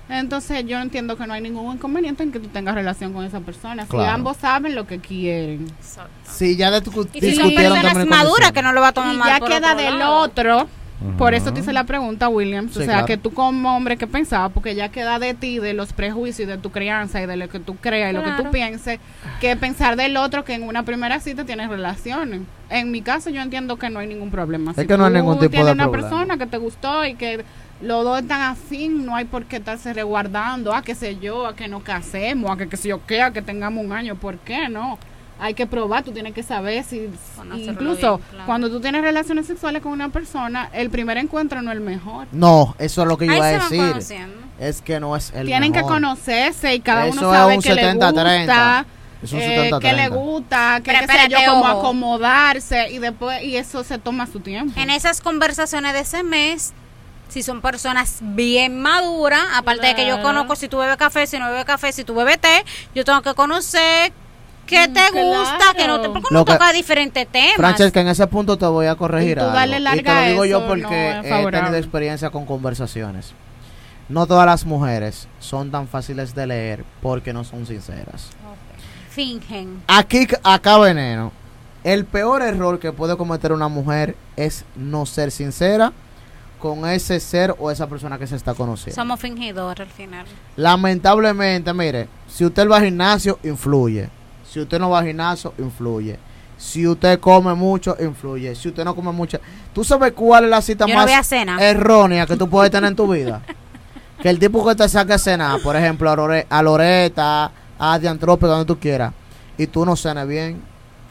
Entonces yo entiendo que no hay ningún inconveniente en que tú tengas relación con esa persona, si Claro. ambos saben lo que quieren. Exacto. Sí, ya de Y si son personas maduras que no lo va a tomar y mal. ya por queda otro del lado. otro. Por eso Ujú. te hice la pregunta, Williams. Sí, o sea, claro. que tú como hombre que pensabas, porque ya queda de ti, de los prejuicios, y de tu crianza y de lo que tú creas y lo que Claro. tú pienses, que pensar del otro que en una primera cita tienes relaciones. En mi caso yo entiendo que no hay ningún problema. Es que no hay tú ningún tipo tienes de una problema. persona que te gustó y que los dos están afín, no hay por qué estarse resguardando, a qué sé yo, a que no casemos, a que qué sé yo qué, a que tengamos un año, ¿por qué no? Hay que probar, tú tienes que saber si... Conocerlo Incluso bien, claro. cuando tú tienes relaciones sexuales con una persona, el primer encuentro no es el mejor. No, eso es lo que yo Ahí iba a se van decir. conociendo. Es que no es el Tienen que mejor. conocerse y cada uno Eso es sabe un que le 70-30. gusta, Es un eh, que le 70-30. gusta, que Pero qué sé yo, espérate, como ojo. acomodarse y después y eso se toma su tiempo. En esas conversaciones de ese mes, si son personas bien maduras, aparte de que yo Claro. conozco si tú bebes café, si no bebes café, si tú bebes té, yo tengo que conocer qué Mm, te gusta, que no te. claro. Porque Lo uno que- toca diferentes temas. Francesca, en ese punto te voy a corregir. Y tú dale algo. larga y te lo digo a yo eso, porque no es he tenido favorable. experiencia con conversaciones. No todas las mujeres son tan fáciles de leer porque no son sinceras. Fingen. Aquí c- acá veneno. El peor error que puede cometer una mujer es no ser sincera con ese ser o esa persona que se está conociendo. Somos fingidores al final. Lamentablemente, mire, si usted va al gimnasio, influye. Si usted no va al gimnasio, influye. Si usted come mucho, influye. Si usted no come mucho, ¿tú sabes cuál es la cita Yo no más Eh, voy a cena. errónea que tú puedes tener en tu vida? que el tipo que te saque a cenar, por ejemplo, a, Lore- a Loreta, a Diantrope, donde tú quieras, y tú no cenes bien,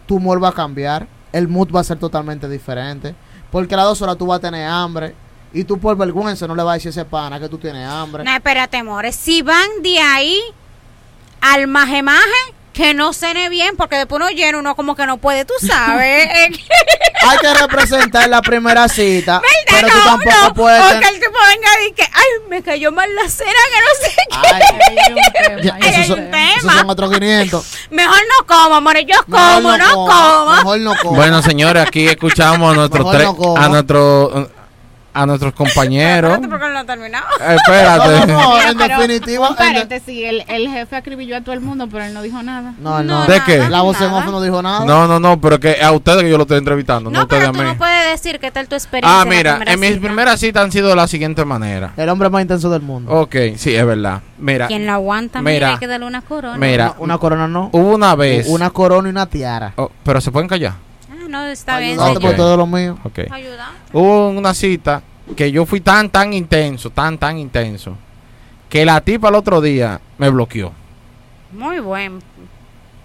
tu humor va a cambiar, el mood va a ser totalmente diferente. Porque a las dos horas tú vas a tener hambre. Y tú por vergüenza no le vas a decir a ese pana que tú tienes hambre. No, espérate, amores. Si van de ahí al majemaje, que no cene bien, porque después uno llena, uno como que no puede, tú *laughs* sabes. Eh, que- hay que representar la primera *laughs* cita, pero tú no, tampoco no, puedes. O ten- que el tipo venga y que, ay, me cayó mal la cena, que no sé qué. Ay, *laughs* ya, Ahí hay esos un son, tema. esos son otros *laughs* 500. Mejor no como, amores. Yo Mejor como, no como. Mejor no como. Bueno, señores, aquí escuchamos a nuestros Mejor tres, no coma. a nuestro, a nuestros compañeros. Espérate, porque no lo he terminado. Eh, no, no, Espérate. no, en Pero, definitiva. en un de- paréntesis, el, el jefe acribilló a todo el mundo, pero él no dijo nada. no, no. No, ¿De qué? nada. La voz en off no dijo nada. No, no, no, pero que a ustedes que yo lo estoy entrevistando, No, no, a ustedes pero a tú mí. no puedes decir qué tal tu experiencia. ah, en la mira, en mis cita. primeras citas han sido de la siguiente manera. El hombre más intenso del mundo. Ok, sí, es verdad. Mira, Quien lo aguanta, Mira. mira, hay que darle una corona. Mira. Una, una corona no. hubo una vez. Una corona y una tiara. Oh, pero se pueden callar. Ah, no, está bien. Ayudate Ayudarte señor. por Ok. todo lo mío. Ok. Ayuda. Hubo una cita que yo fui tan, tan intenso, tan, tan intenso, que la tipa el otro día me bloqueó. Muy buen.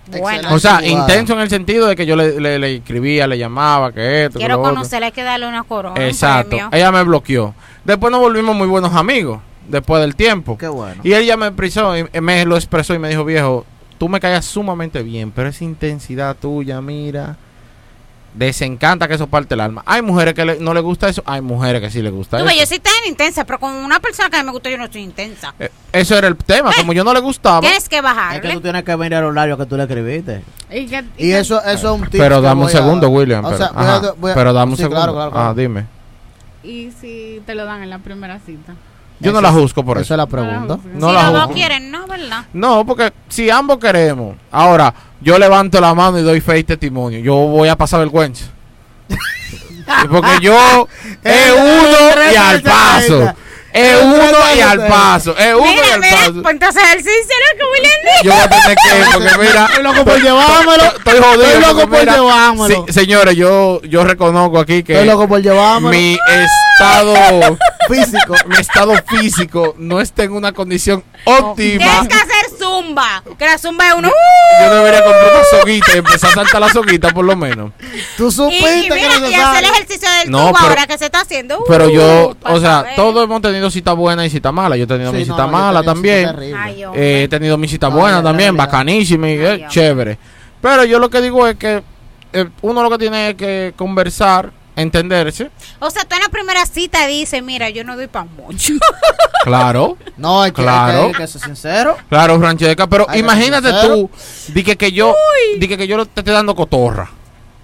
Excelente. Bueno. O sea, Jugada. intenso en el sentido de que yo le, le- le escribía, le llamaba, que esto, que Quiero lo otro. conocerla, hay que darle una corona. un Exacto. premio. Ella me bloqueó. Después nos volvimos muy buenos amigos, después del tiempo. Qué bueno. Y ella me expresó, y- me lo expresó y me dijo, viejo, tú me callas sumamente bien, pero esa intensidad tuya, mira, desencanta que eso parte el alma. Hay mujeres que le- no les gusta eso, hay mujeres que sí les gusta Tú eso. ves, yo soy tan intensa, pero con una persona que me gusta, yo no soy intensa. Eh, Eso era el tema, como yo no le gustaba. Tienes que Es que bajarle. tú tienes que venir al horario que tú le escribiste. Y, que- y Y que- eso, eso es un tip Pero que dame un voy a segundo, dar. William. O pero, sea, voy a- ajá, voy a- pero dame un sí, segundo. claro, claro, claro. Ah, dime. y si te lo dan en la primera cita. Yo no Eso la es- juzgo por Eso eso. es la pregunta. No si la los dos juzgo. quieren, no, ¿verdad? No, porque si ambos queremos, ahora yo levanto la mano y doy fe y testimonio, yo voy a *laughs* pasar vergüenza. Sí, porque yo es uno y al paso. Es uno y al paso. Es uno y Mira, al mira, paso. pues entonces él sí será que William Yo voy a tener *laughs* que ir *laughs* porque mira. Estoy loco por llevármelo. Estoy jodido. Estoy loco porque por mira, llevármelo. sí, señores, yo, yo reconozco aquí que Estoy loco por llevármelo. mi estado *laughs* Físico. mi estado físico no está en una condición óptima. Tienes que hacer zumba. Que la zumba es uno. Yo debería comprar una soguita y empezar a saltar la soguita por lo menos. Uh, Tú Y, y supiste que mira, no y hacer se sabe. el ejercicio del No, tubo pero- ahora que se está haciendo. Uh, Pero yo, para o sea, saber. todos hemos tenido cita buena y cita mala. Yo he tenido mi Sí, no, cita yo mala tenía también. cita terrible. Ay, hombre. Eh, he tenido mi cita No, buena ya, la también, realidad. bacanísima y Ay, eh, hombre. chévere. Pero yo lo que digo es que eh, uno lo que tiene es que conversar, *laughs* entenderse. O sea, tú en la primera cita dices, mira, yo no doy para mucho. *laughs* Claro, No, hay que, Claro. hay que, hay que ser sincero. claro, rancheca. Pero Ay, imagínate sincero. tú, di que, que yo, di que, que yo te estoy dando cotorra.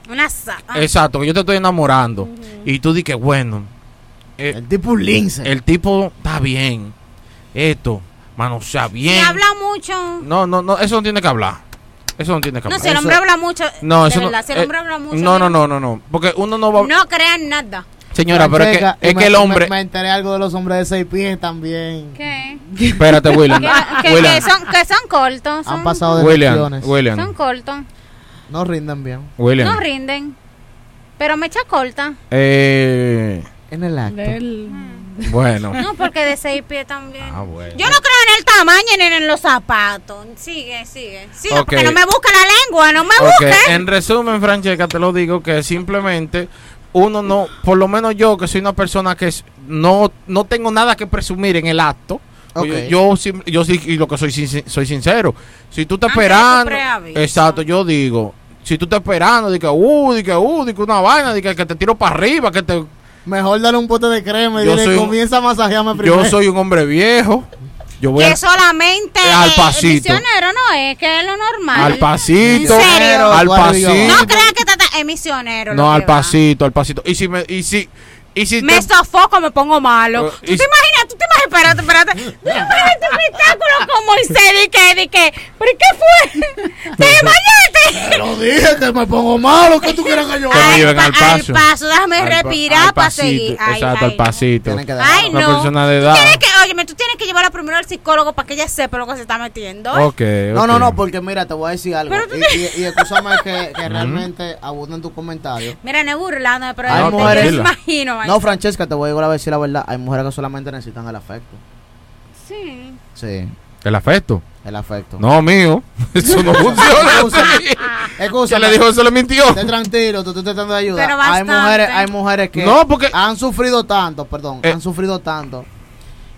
Una sa- ah, Exacto, que yo te estoy enamorando. Y tú di que, bueno, eh, El tipo un lince. el tipo está bien. Esto, mano, sea Ni bien. habla mucho. No, no, no, eso no tiene que hablar. Eso no tiene que No, hablar. si el hombre habla mucho. No, de eso verdad, no. si el eh, hombre habla mucho. no, no, mira, no, no, no. Porque uno no va. No crean nada. Señora, pero es Francesca, que, es y que el me- hombre. Me, me enteré algo de los hombres de seis pies también. ¿Qué? Espérate, *laughs* William. Que, que- William, que son, que son cortos. Ah, Son, Han pasado de William, son William, cortos. No rinden bien. William. No rinden. Pero me echa corta. Eh, En el acto. Del- bueno. No, porque de seis pies también. Ah, bueno. Yo no creo en el tamaño ni en los zapatos. Sigue, sigue. Sigue, Ok. porque no me busca la lengua, no me Ok, Eh, busca. En resumen, Francesca, te lo digo que simplemente uno no, por lo menos yo que soy una persona que es- no, no tengo nada que presumir en el acto. Ok. Yo, yo, sim- yo sí, y lo que soy, sin- soy sincero. Si tú estás Antes de tu esperando, preaviso. exacto, yo digo, si tú estás esperando, di que, uh, di que, uh, di que una vaina, di que, que te tiro para arriba, que te, Mejor dale un pote de crema y Yo soy dile, un- comienza a masajearme primero. yo soy un hombre viejo, yo voy a- Que solamente Eh, al eh, pasito. misionero no es, que es lo normal. al pasito, ¿En serio? al Guardia. pasito, No creas que tata, es misionero. lo no, al que va. pasito, al pasito. Y si me, y si, y si Me te- sofoco, me pongo malo. Eh, ¿Tú te y- imaginas? ¿Tú te imaginas? Espérate, espérate. *laughs* ¿Tú te imaginas este espectáculo con Moisés? ¿De qué? ¿De qué? ¿Pero *laughs* qué fue? ¡Te desmayaste! Pero dije que me pongo malo, que tú quieres que yo Te lo lleven pa- al paso. déjame al pa- respirar al para pasito, seguir. Ay, exacto, ay, al pasito. Tienen que dar- Ay, Una no. persona de Tú edad. tienes que, óyeme, tú tienes que llevarla primero al psicólogo para que ella sepa lo que se está metiendo. Ok, No, ok. no, no, porque mira, te voy a decir algo. Pero tú Y, y, y escúchame que, que realmente abunden tus comentarios. Mira, no es burlándome, Ah, pero Ay, yo mujeres. te imagino. man. No, Francesca, te voy a decir la verdad. Hay mujeres que solamente necesitan el afecto. Sí. Sí, El afecto. el afecto. No, mío. Eso no funciona. Escúchame. ¿Quién Escúchame. le dijo eso? Le mintió. Esté tranquilo, tú te tratando de ayudar. Pero hay bastante. mujeres, hay mujeres que No, porque- han sufrido tanto, perdón, Eh. han sufrido tanto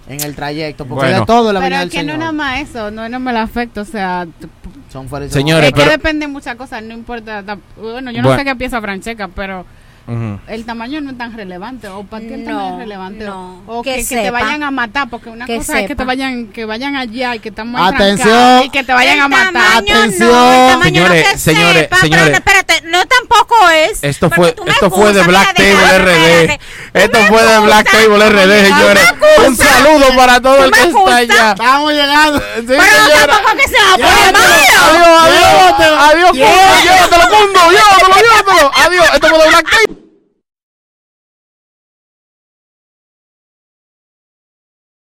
en el trayecto, porque Bueno. de todo en la Pero vida del es que no Señor. nada más eso, no, no me la afecto, o sea, t- Son felices. Señores, es que pero- depende de muchas cosas, no importa, tam- bueno, yo no Bueno. sé qué piensa Francheca, pero Ujú. el tamaño no es tan relevante, o para ti el No, tamaño es relevante, no. o, o Que que, que te sepa. vayan a matar, porque una Que cosa es que sepa. te vayan, que vayan allá y que están muy Atención. trancadas y que te vayan El a matar. tamaño no, el Atención. tamaño Señores, no que señores, sepa, señores. Pero, espérate, no tampoco es. Esto porque fue, tú me esto fue de acusas, Black mira, Table déjame, RD. espérate. eh. Tú Esto me fue de Black acusas, Table RD, tú me señores. acusas. Un saludo para todo Tú el me que está acusas. allá. Estamos llegando. Pero tampoco que se va a poner malo. Adiós, adiós. Adiós, coño, llévatelo, mundo. Llévatelo, llévatelo. Adiós. Esto fue de Black Table.